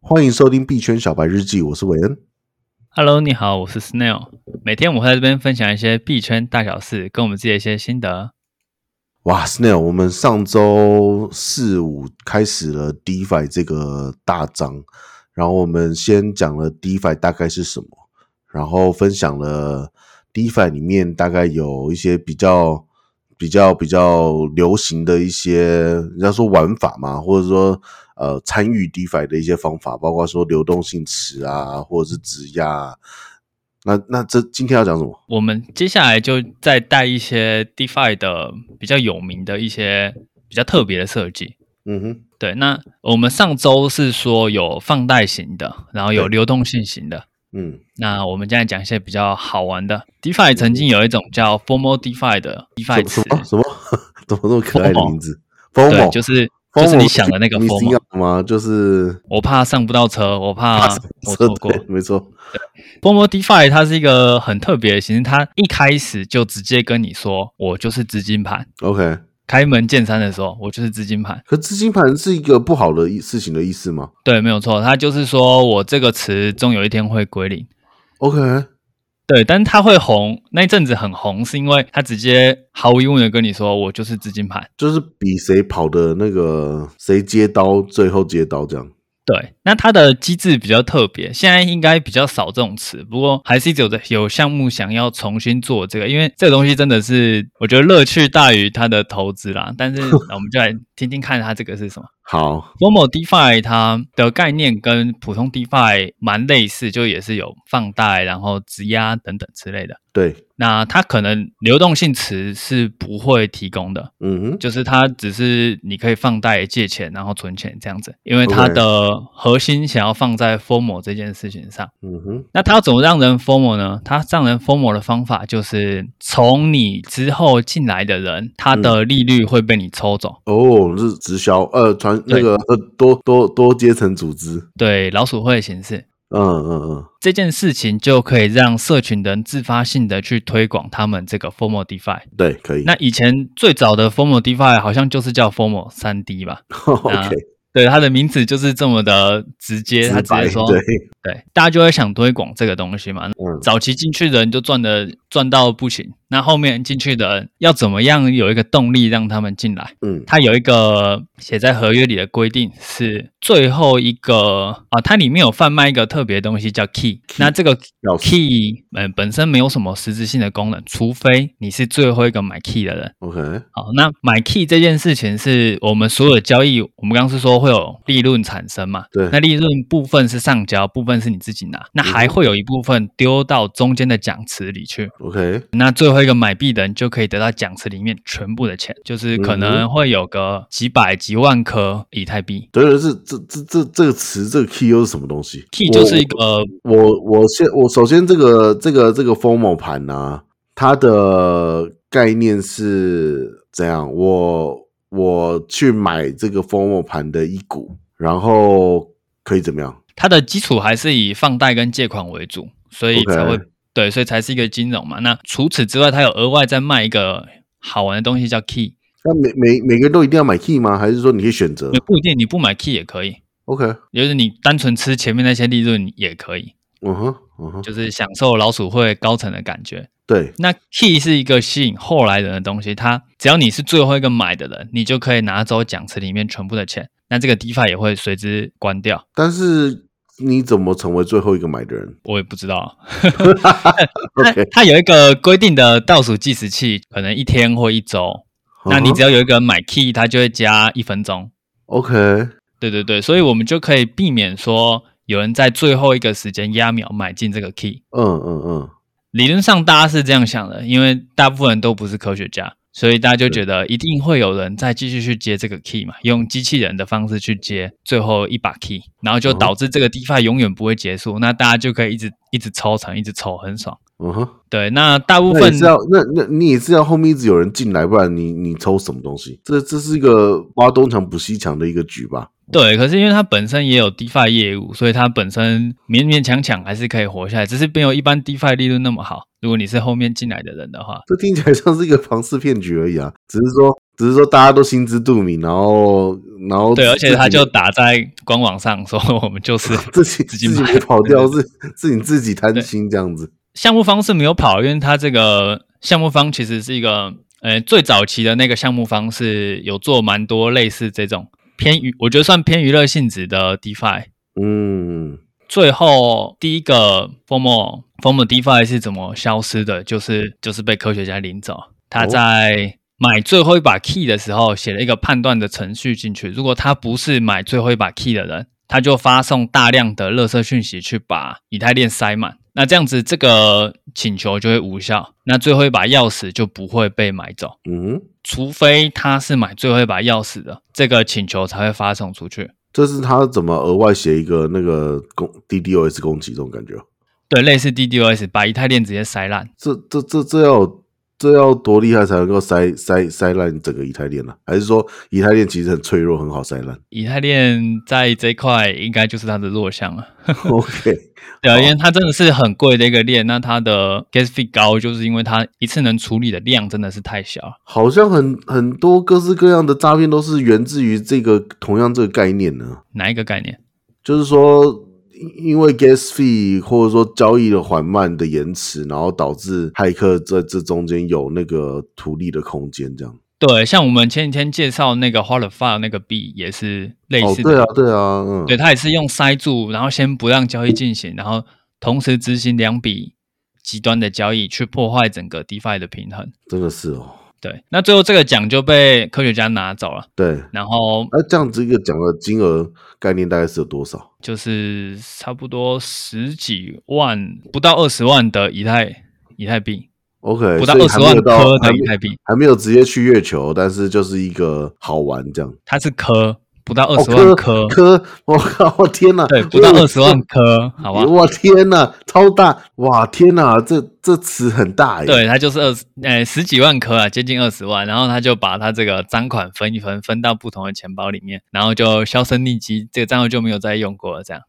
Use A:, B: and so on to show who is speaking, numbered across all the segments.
A: 欢迎收听币圈小白日记，我是韦恩。
B: Hello，你好，我是 Snail。每天我会在这边分享一些币圈大小事，跟我们自己的一些心得。
A: 哇，Snail，我们上周四五开始了 DeFi 这个大章，然后我们先讲了 DeFi 大概是什么，然后分享了 DeFi 里面大概有一些比较、比较、比较流行的一些，人家说玩法嘛，或者说呃参与 DeFi 的一些方法，包括说流动性池啊，或者是质押、啊。那那这今天要讲什么？
B: 我们接下来就再带一些 DeFi 的比较有名的一些比较特别的设计。
A: 嗯哼，
B: 对，那我们上周是说有放贷型的，然后有
A: 对
B: 流动性型的。
A: 嗯
B: 那我们现在讲一些比较好玩的 DeFi。曾经有一种叫 Formal DeFi 的 DeFi
A: 什
B: 词，
A: 么 什么怎么这么可爱的
B: Fomo
A: 名字？Fomo
B: 对，就是
A: 疯
B: 就是
A: 魔
B: 你想的那个
A: 你
B: Formal
A: 是一。样的吗？就是
B: 我怕上不到车，我怕我错 过。
A: 对没错，
B: b o m o DeFi 它是一个很特别的形式，它一开始就直接跟你说，我就是资金盘。
A: OK。
B: 开门见山的时候，我就是资金盘。
A: 可资金盘是一个不好的意事情的意思吗
B: 对，没有错，它就是说我这个词终有一天会归零。
A: ？OK，
B: 对，但它会红，那一阵子很红，是因为它直接毫无疑问的跟你说，我就是资金盘。
A: 就是比谁跑的那个谁接刀，最后接刀这样。
B: 对，那它的机制比较特别，现在应该比较少这种词，不过还是有的有项目想要重新做这个，因为这个东西真的是我觉得乐趣大于它的投资啦。但是我们就来听听看它这个是什么。
A: 好，
B: Formal DeFi 它的概念跟普通 DeFi 蛮类似，就也是有放贷、然后质押等等之类的。
A: 对，
B: 那它可能流动性池是不会提供的，
A: 嗯哼，
B: 就是它只是你可以放贷、借钱，然后存钱这样子，因为它的核心想要放在 formal 这件事情上。
A: 嗯哼，
B: 那它要怎么让人 formal 呢？它让人 formal 的方法就是从你之后进来的人，他
A: 嗯
B: 的利率会被你抽走。
A: 哦，是直销，呃，传那
B: 对
A: 个呃多多多阶层组织，
B: 对，老鼠会的形式。
A: 嗯嗯嗯，
B: 这件事情就可以让社群人自发性的去推广他们这个 formal DeFi。
A: 对，可 以。
B: 那以前最早的 formal DeFi 好像就是叫 formal 三 D 吧？
A: OK，
B: 对，它的名字就是这么的直接，它
A: 直
B: 直
A: 白
B: 接说，
A: 对，
B: 对，大家就会想推广这个东西嘛。
A: 嗯
B: 早期进去的人就赚的赚到不行，那后面进去的人要怎么样有一个动力让他们进来？
A: 嗯
B: 它有一个写在合约里的规定是最后一个啊，它里面有贩卖一个特别的东西叫 key，那这个
A: 钥匙
B: key 嗯、呃本身没有什么实质性的功能，除非你是最后一个买 key 的人。
A: ，OK，
B: 好，那买 key 这件事情是我们所有的交易，我们刚刚是说会有利润产生嘛？
A: 对嗯
B: 那利润部分是上交，部分是你自己拿，那还会有一部分丢到中间的奖池里去。
A: ，OK，
B: 那最后一个买币的人就可以得到奖池里面全部的钱，就是可
A: 嗯
B: 能会有个几百几万颗以太币。
A: 对对，是这这这这个词，这个 key 又是什么东西
B: Key
A: 我
B: 就是一个
A: 我我先我首先这个这个这个 formal 盘呢、它的概念是怎样？我我去买这个 formal 盘的一股，然后可以怎么样？
B: 它的基础还是以放贷跟借款为主，所以
A: OK
B: 才会对，所以才是一个金融嘛。那除此之外，它有额外再卖一个好玩的东西叫 Key，
A: 那每每每个人都一定要买 key 吗？还是说你可以选择
B: 也不一定你不买 Key 也可以，
A: ？OK，
B: 就是你单纯吃前面那些利润也可以，
A: 嗯哼，嗯哼，
B: 就是享受老鼠会高层的感觉。
A: 对，
B: 那 key 是一个吸引后来人的东西，它只要你是最后一个买的人，你就可以拿走奖池里面全部的钱，那这个 DeFi 也会随之关掉。
A: 但是你怎么成为最后一个买的人
B: 我也不知 道，它
A: ？OK，
B: 它有一个规定的倒数计时器，可能一天或一周。那你只
A: 要
B: 要有一个人买 key，它就会加一分钟。
A: OK，嗯
B: 对对对，所以我们就可以避免说有人在最后一个时间压秒买进这个 key。
A: 嗯嗯嗯，
B: 理论上大家是这样想的，因为大部分人都不是科学家，所以大家就觉得一定会有人再继续去接这个 key 嘛，用机器人的方式去接最后一把 key，然后就
A: 嗯哼
B: 导致这个 DeFi 永远不会结束，那大家就可以一直一直抽成，一直抽，很爽。
A: 嗯哼。
B: 对，那大部
A: 那
B: 分
A: 也是要那那你也是要后面一直有人进来，不然你你抽什么东西？这这是一个挖东墙补西墙的一个局吧？
B: 对，可是因为它本身也有 DeFi 业务，所以它本身勉勉强强还是可以活下来，只是没有一般 DeFi 利润那么好。如果你是后面进来的人的话，
A: 这听起来像是一个庞氏骗局而已啊！只是说只是说大家都心知肚明，然后然后
B: 对，而且他就
A: 自己
B: 打在官网上说，我们 就是
A: 自己
B: 自己
A: 自己
B: 买
A: 没跑掉，是是你自己贪心这样子。
B: 项目方是没有跑，因为他这个项目方其实是一个，呃，最早期的那个项目方是有做蛮多类似这种偏娱，我觉得算偏娱乐性质的 DeFi。
A: 嗯，
B: 最后第一个 Formal Formal DeFi 是怎么消失的？就是就是被科学家领走。他
A: 哦
B: 在买最后一把 key 的时候写了一个判断的程序进去，如果他不是买最后一把 key 的人，他就发送大量的垃圾讯息去把以太链塞满。那这样子，这个请求就会无效，那最后一把钥匙就不会被买走，
A: 嗯，
B: 除非他是买最后一把钥匙的，这个请求才会发送出去。
A: 这是他怎么额外写一个那个攻 DDoS 攻击这种感觉？哦
B: 对，类似 DDoS 把以太链直接塞烂。
A: 这这这这要这要多厉害才能够塞塞塞烂整个以太链呢、还是说以太链其实很脆弱，很好塞 烂
B: 以太链在这一块应该就是它的弱项了。
A: ？OK，
B: 对啊，
A: 好
B: 因为它真的是很贵的一个链，那它的 gas fee 高，就是因为它一次能处理的量真的是太小了。
A: 好像很很多各式各样的诈骗都是源自于这个同样这个概念呢、
B: 哪一个概念？
A: 就是说，因因为 gas fee 或者说交易的缓慢的延迟，然后导致骇客在这中间有那个图利的空间，这样。
B: 对，像我们前几天介绍那个 h o l o File 那个币也是类
A: 哦，
B: 似的，
A: 对啊，对啊，嗯，
B: 对，它也是用塞住，然后先不让交易进行，然后同时执行两笔极端的交易，去破坏整个 DeFi 的平衡。
A: 真的是哦，
B: 对，那最后这个奖就被科学家拿走了，
A: 对。
B: 然后
A: 那这样子一个讲的金额概念大概是有多少？
B: 就是差不多十几万，不到二十万的以太以太币，
A: OK，
B: 不到
A: 所以
B: 二
A: 还
B: 十
A: 没
B: 万
A: 有到，
B: 颗
A: 还
B: 的以
A: 没
B: 太币，
A: 还没有直接去月球，但是就是一个好玩这样。
B: 它是颗，不到二
A: 哦
B: 十万颗，
A: 颗，嗯我靠，我天哪！
B: 对，不到
A: 我
B: 二十万 颗，好吧？
A: 我天哪，超大！哇，天哪，这这词很大欸耶。
B: 对，它就是二十，呃，十几万颗啊，接近二十万，然后他就把他这个赃款分一分，分到不同的钱包里面，然后就销声匿迹，这个账号就没有再用过了。这样，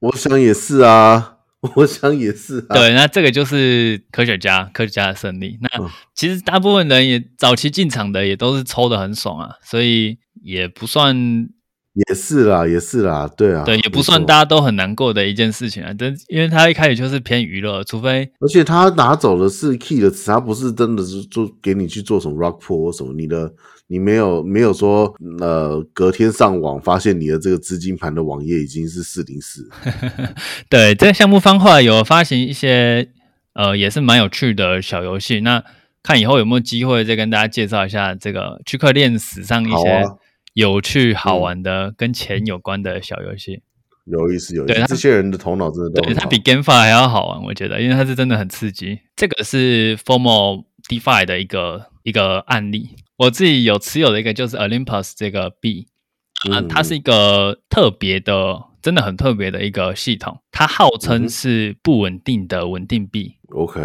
A: 我想也是啊，我想也是啊。，
B: 对，那这个就是科学家科学家的胜利。那
A: 嗯
B: 其实大部分人也早期进场的也都是抽的很爽啊，所以也不算
A: 也是啦，也是啦，对啊，
B: 对，也不算
A: 没错
B: 大。家都很难过的一件事情啊。真因为他一开始就是偏娱乐，除非
A: 而且他拿走的是 key 的词，他不是真的是做给你去做什么 rock pool 或什么，你的你没有没有说呃隔天上网发现你的这个资金盘的网页已经是四零四，
B: 对这个项目方后来有发行一些呃也是蛮有趣的小游戏，那看以后有没有机会再跟大家介绍一下这个区块链史上一
A: 好
B: 些
A: 啊嗯
B: 有趣好玩的、跟钱有关的小游戏。
A: 有意思有意
B: 对
A: 思
B: 他。
A: 这些人的头脑真的都
B: 对，
A: 很
B: 它
A: 好
B: 比 GameFi 还要好玩，我觉得，因为它是真的很刺激。这个是 Formal DeFi 的一个一个案例。我自己有持有的一个就是 Olympus 这个币啊，
A: 嗯
B: 它是一个特别的，真的很特别的一个系统。它号称是不稳定的稳定币，
A: OK，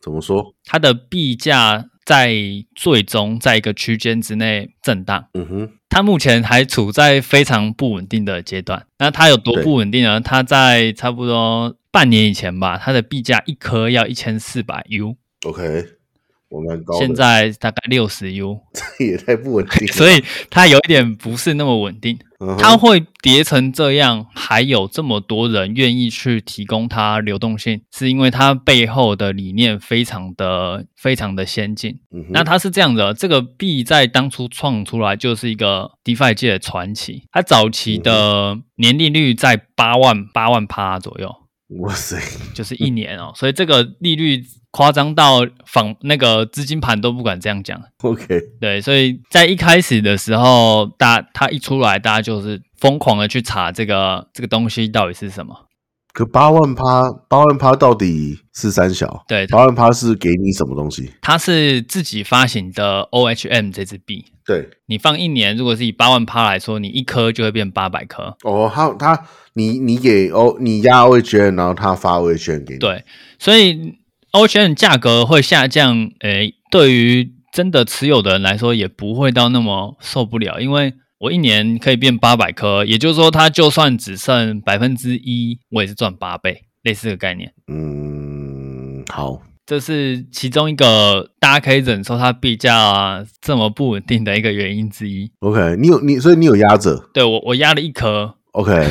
A: 怎么说？
B: 它的币价在最终在一个区间之内震荡。
A: 嗯哼，
B: 它目前还处在非常不稳定的阶段。那它有多
A: 对
B: 不稳定呢？它在差不多半年以前吧，它的币价一颗要一千四百 U，
A: OK，我蛮高的，
B: 现在大概六十 U，
A: 也太不稳定了，
B: 所以它有一点不是那么稳定。
A: 嗯哼
B: 它会跌成这样，还有这么多人愿意去提供它流动性，是因为它背后的理念非常的非常的先进。
A: 嗯哼
B: 那它是这样的，这个币在当初创出来就是一个 DeFi 界的传奇，它早期的年利率在八万八万趴左右，
A: 哇塞，
B: 就是一年哦，所以这个利率夸张到仿那个资金盘都不敢这样讲。
A: OK，
B: 对，所以在一开始的时候，大它一出来，大家就是疯狂的去查这个这个东西到底是什么。
A: 可八万趴，八万趴到底是三小？
B: 对，它
A: 八万趴是给你什么东西？
B: 它是自己发行的 OHM 这支币，
A: 对，
B: 你放一年，如果是以八万趴来说，你一颗就会变八百颗。
A: 哦，他他你你给哦，你压 O H N，然后他发 O H N 给你，，
B: 对，所以 OHM 价格会下降，诶，对于真的持有的人来说，也不会到那么受不了，因为。我一年可以变八百颗，也就是说，它就算只剩百分之一，我也是赚八倍，类似的概念。
A: 嗯，好，
B: 这是其中一个大家可以忍受它币价、啊、这么不稳定的一个原因之一。
A: OK，你有你，所以你有压着。
B: 对我，我压了一颗，
A: OK，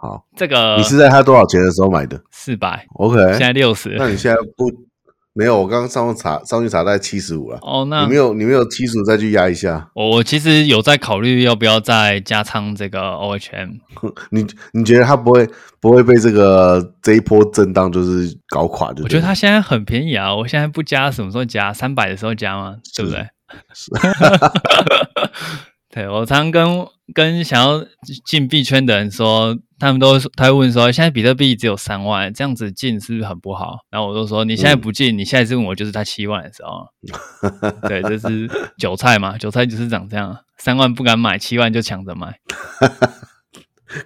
A: 好，
B: 呃这个
A: 你是在它多少钱的时候买的
B: 四百，
A: ？OK，
B: 现在六十。
A: 那你现在不没有？我刚刚上网查上去查在七十五了。
B: 哦，那
A: 你没有你没有七十五再去压一下？
B: 我我其实有在考虑要不要再加仓这个 OHM，
A: 你你觉得它不会不会被这个这一波震荡就是搞垮就
B: 我
A: 对
B: 觉
A: 了？
B: 得它现在很便宜啊，我现在不加，什么时候加？三百的时候加吗？对不对？ 对我常跟跟想要进币圈的人说，他们都会说他会问说，现在比特币只有三万，这样子进是不是很不好？然后我都说，你现在不进，你下一次问我就是它七万的时候。对，这是韭菜嘛，韭菜就是长这样，啊三万不敢买，七万就抢着买。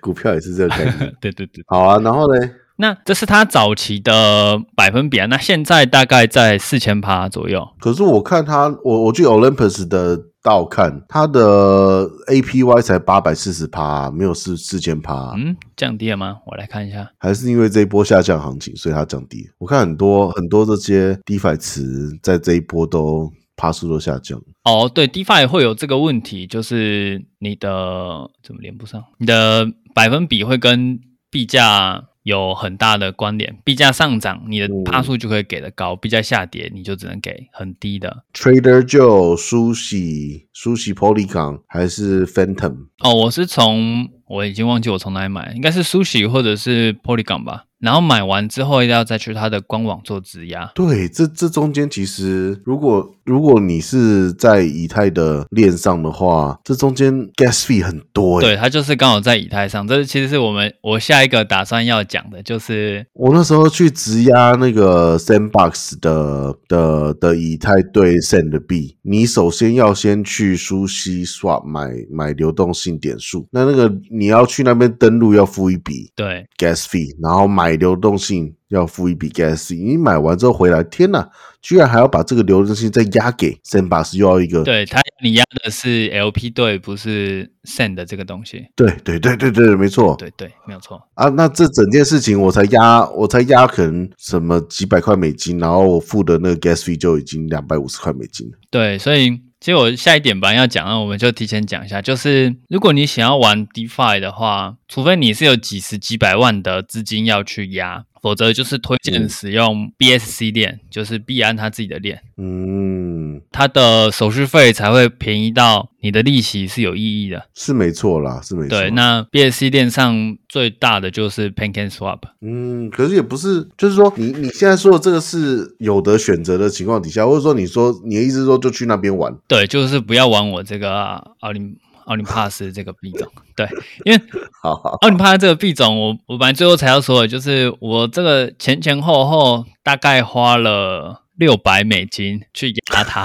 A: 股票也是这个概念。
B: 对对对。
A: 好啊，然后呢？
B: 那这是它早期的百分比啊，那现在大概在四千趴左右。
A: 可是我看它，我我去 Olympus 的道看，它的 APY 才八百四十趴，没有四四千趴，
B: 嗯，降低了吗？我来看一下。
A: 还是因为这一波下降行情，所以它降低。我看很多很多这些 DeFi 词在这一波都趴数都下降。
B: 哦，对，DeFi 会有这个问题，就是你的怎么连不上？你的百分比会跟币价有很大的关联。币价上涨，你的
A: 嗯
B: 趴数就可以给的高；币价下跌，你就只能给很低的。
A: Trader Joe、苏喜、苏喜 Polygon 还是 Phantom，
B: 哦，我是从我已经忘记我从哪里买，应该是 Sushi 或者是 Polygon 吧。然后买完之后，要再去它的官网做质押。
A: 对，这这中间其实，如果如果你是在以太的链上的话，这中间 gas fee 很多、欸。
B: 对，它就是刚好在以太上，这其实是我们我下一个打算要讲的，就是
A: 我那时候去质押那个 Sandbox 的的的以太对 Sand 的币，你首先要先去苏西 Swap 买买流动性点数，那那个你要去那边登录要付一笔
B: 对
A: gas fee，然后买流动性要付一笔 gas fee，你买完之后回来，天哪，居然还要把这个流动性再押给 Sandbox，又要一个
B: 对他，你压的是 LP 队，不是 send 的这个东西。
A: 对对对对对，没错，
B: 对对，没有错。
A: 啊，那这整件事情我才压，我才压可能什么几百块美金，然后我付的那个 gas fee 就已经两百五十块美金了。
B: 对，所以其实我下一点本来要讲，那我们就提前讲一下，就是如果你想要玩 DeFi 的话，除非你是有几十几百万的资金要去压，否则就是推荐
A: 嗯
B: 使用 BSC 链，就是币安它自己的链，
A: 嗯，
B: 它的手续费才会便宜到你的利息是有意义的。
A: 是没错啦，是没错。
B: 对，那 BSC 链上最大的就是 PancakeSwap。
A: 嗯，可是也不是，就是说你你现在说的这个是有的选择的情况底下，或者说你说你的意思是说就去那边玩，
B: 对，就是不要玩我这个啊奥林奥林帕斯这个币种。对，因为
A: 好好，
B: 奥林帕斯这个币种，我我本来最后才要说的，就是我这个前前后后大概花了。六百美金去压它，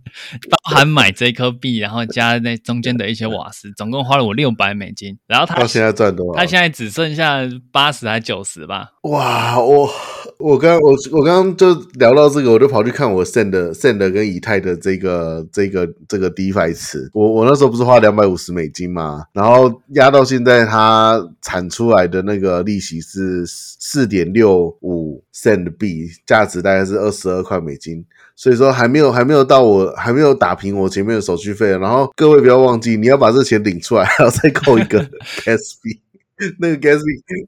B: 包含买这颗币，然后加那中间的一些瓦斯，总共花了我六百美金。然后它
A: 到现在赚多少？
B: 它现在只剩下八十还九十吧，
A: 哇，我我刚我我刚刚就聊到这个，我就跑去看我 send 的 send 的跟以太的这个这个这个 DeFi 词，我我那时候不是花两百五十美金嘛，然后压到现在，它产出来的那个利息是四点六五 send 币，价值大概是二十二块美金，所以说还没有还没有到我还没有打平我前面的手续费，啊然后各位不要忘记，你要把这钱领出来，还要再扣一个 gas 费。那个 gas 费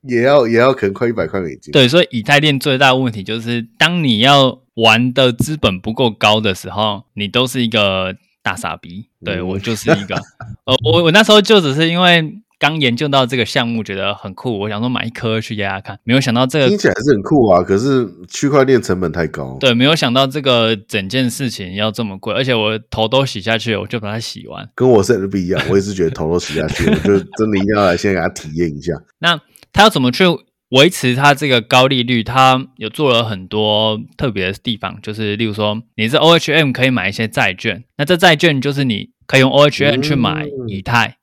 A: 也要也要可能快一百块美金。
B: 对，所以以太链最大的问题就是，当你要玩的资本不够高的时候，你都是一个大傻逼。对、
A: 嗯
B: 我就是一个，呃，我我那时候就只是因为刚研究到这个项目，觉得很酷，我想说买一颗去压压看，没有想到这个
A: 听起来是很酷啊，可是区块链成本太高。，
B: 对，没有想到这个整件事情要这么贵，而且我头都洗下去了，我就把它洗完。
A: 跟我生日不一 样，我也是觉得头都洗下去，我就真的一定要来先给他体验一下。
B: 那他要怎么去维持他这个高利率？他有做了很多特别的地方，就是例如说，你是 OHM 可以买一些债券，那这债券就是你可以用 OHM 去买
A: 嗯
B: 以太、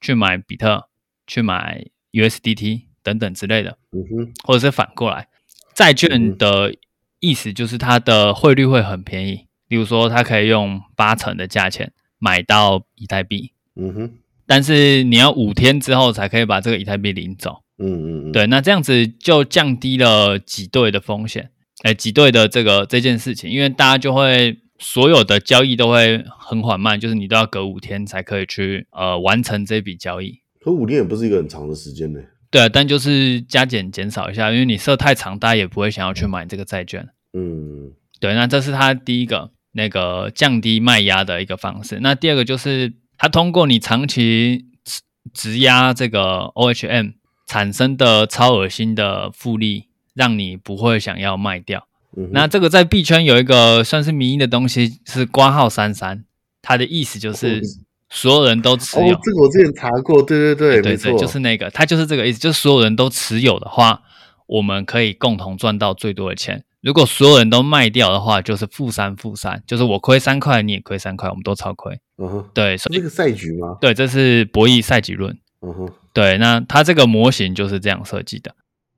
B: 去买比特、去买 USDT 等等之类的，
A: 嗯哼，
B: 或者是反过来，债券
A: 嗯
B: 的意思就是它的汇率会很便宜，例如说，它可以用八成的价钱买到以太币。
A: 嗯哼，
B: 但是你要五天之后才可以把这个以太币领走，
A: 嗯嗯嗯，
B: 对，那这样子就降低了挤兑的风险。哎挤兑的这个这件事情，因为大家就会所有的交易都会很缓慢，就是你都要隔五天才可以去呃完成这笔交易。
A: 可五天也不是一个很长的时间呢、
B: 对啊，但就是加减减少一下，因为你设太长，大家也不会想要去买这个债券。
A: 嗯，
B: 对，那这是它第一个那个降低卖压的一个方式。那第二个就是它通过你长期质质押这个 OHM 产生的超恶心的复利，让你不会想要卖掉。
A: 嗯哼
B: 那这个在币圈有一个算是迷因的东西，是挂号三三，它的意思
A: 哦
B: 就是所有人都持有。
A: 哦，这个我之前查过，对对对，
B: 对
A: 没
B: 对，
A: 错，
B: 就是那个，它就是这个意思，就是所有人都持有的话，我们可以共同赚到最多的钱。如果所有人都卖掉的话，就是负三负三，就是我亏三块，你也亏三块，我们都超亏。
A: 嗯哼，
B: 对，所
A: 这
B: 以
A: 个赛局吗？
B: 对，这是博弈赛局论。
A: 嗯哼，
B: 对，那它这个模型就是这样设计的。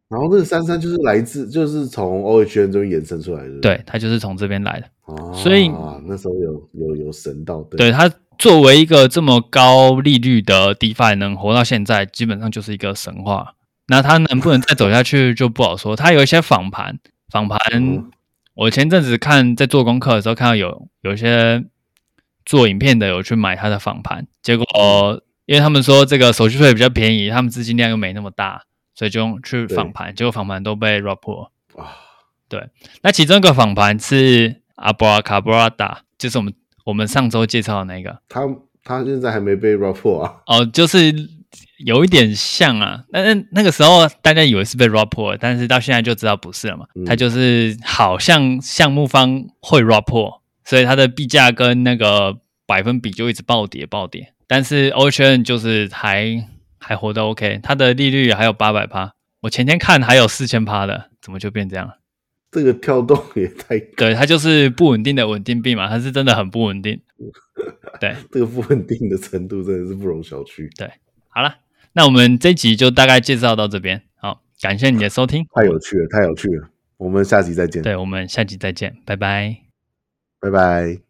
A: 然后这个三三就是来自，就是从 OHN 这边延伸出来的，，
B: 对，它就是从这边来的。
A: 哦，
B: 所以
A: 那时候有有有神到，
B: 对，它作为一个这么高利率的 DeFi 能活到现在，基本上就是一个神话。那它能不能再走下去就不好说。它有一些仿盘，仿盘，
A: 嗯
B: 我前阵子看在做功课的时候看到有有一些做影片的有去买它的仿盘，结果、因为他们说这个手续费比较便宜，他们资金量又没那么大，所以就用去
A: 对
B: 仿盘，结果仿盘都被 rap 破。
A: 啊，
B: 那其中一个仿盘是阿布拉卡布拉达，就是我们我们上周介绍的那个
A: 他他现在还没被 rap 破啊，
B: 哦，就是有一点像啊。但是那个时候大家以为是被 rap 破，但是到现在就知道不是了嘛
A: 嗯。
B: 它就是好像项目方会 rap 破，所以它的币价跟那个百分比就一直暴跌暴跌。但是 Ocean 就是还还活得 OK，它的利率还有八百趴，我前天看还有四千趴的，怎么就变这样了？
A: 这个跳动也太，
B: 对，它就是不稳定的稳定币嘛，它是真的很不稳定。对，
A: 这个不稳定的程度真的是不容小觑，
B: 好了，那我们这集就大概介绍到这边。好，感谢你的收听，
A: 太有趣了，太有趣了，我们下集再见，
B: 对我们下集再见，拜拜。
A: 拜拜。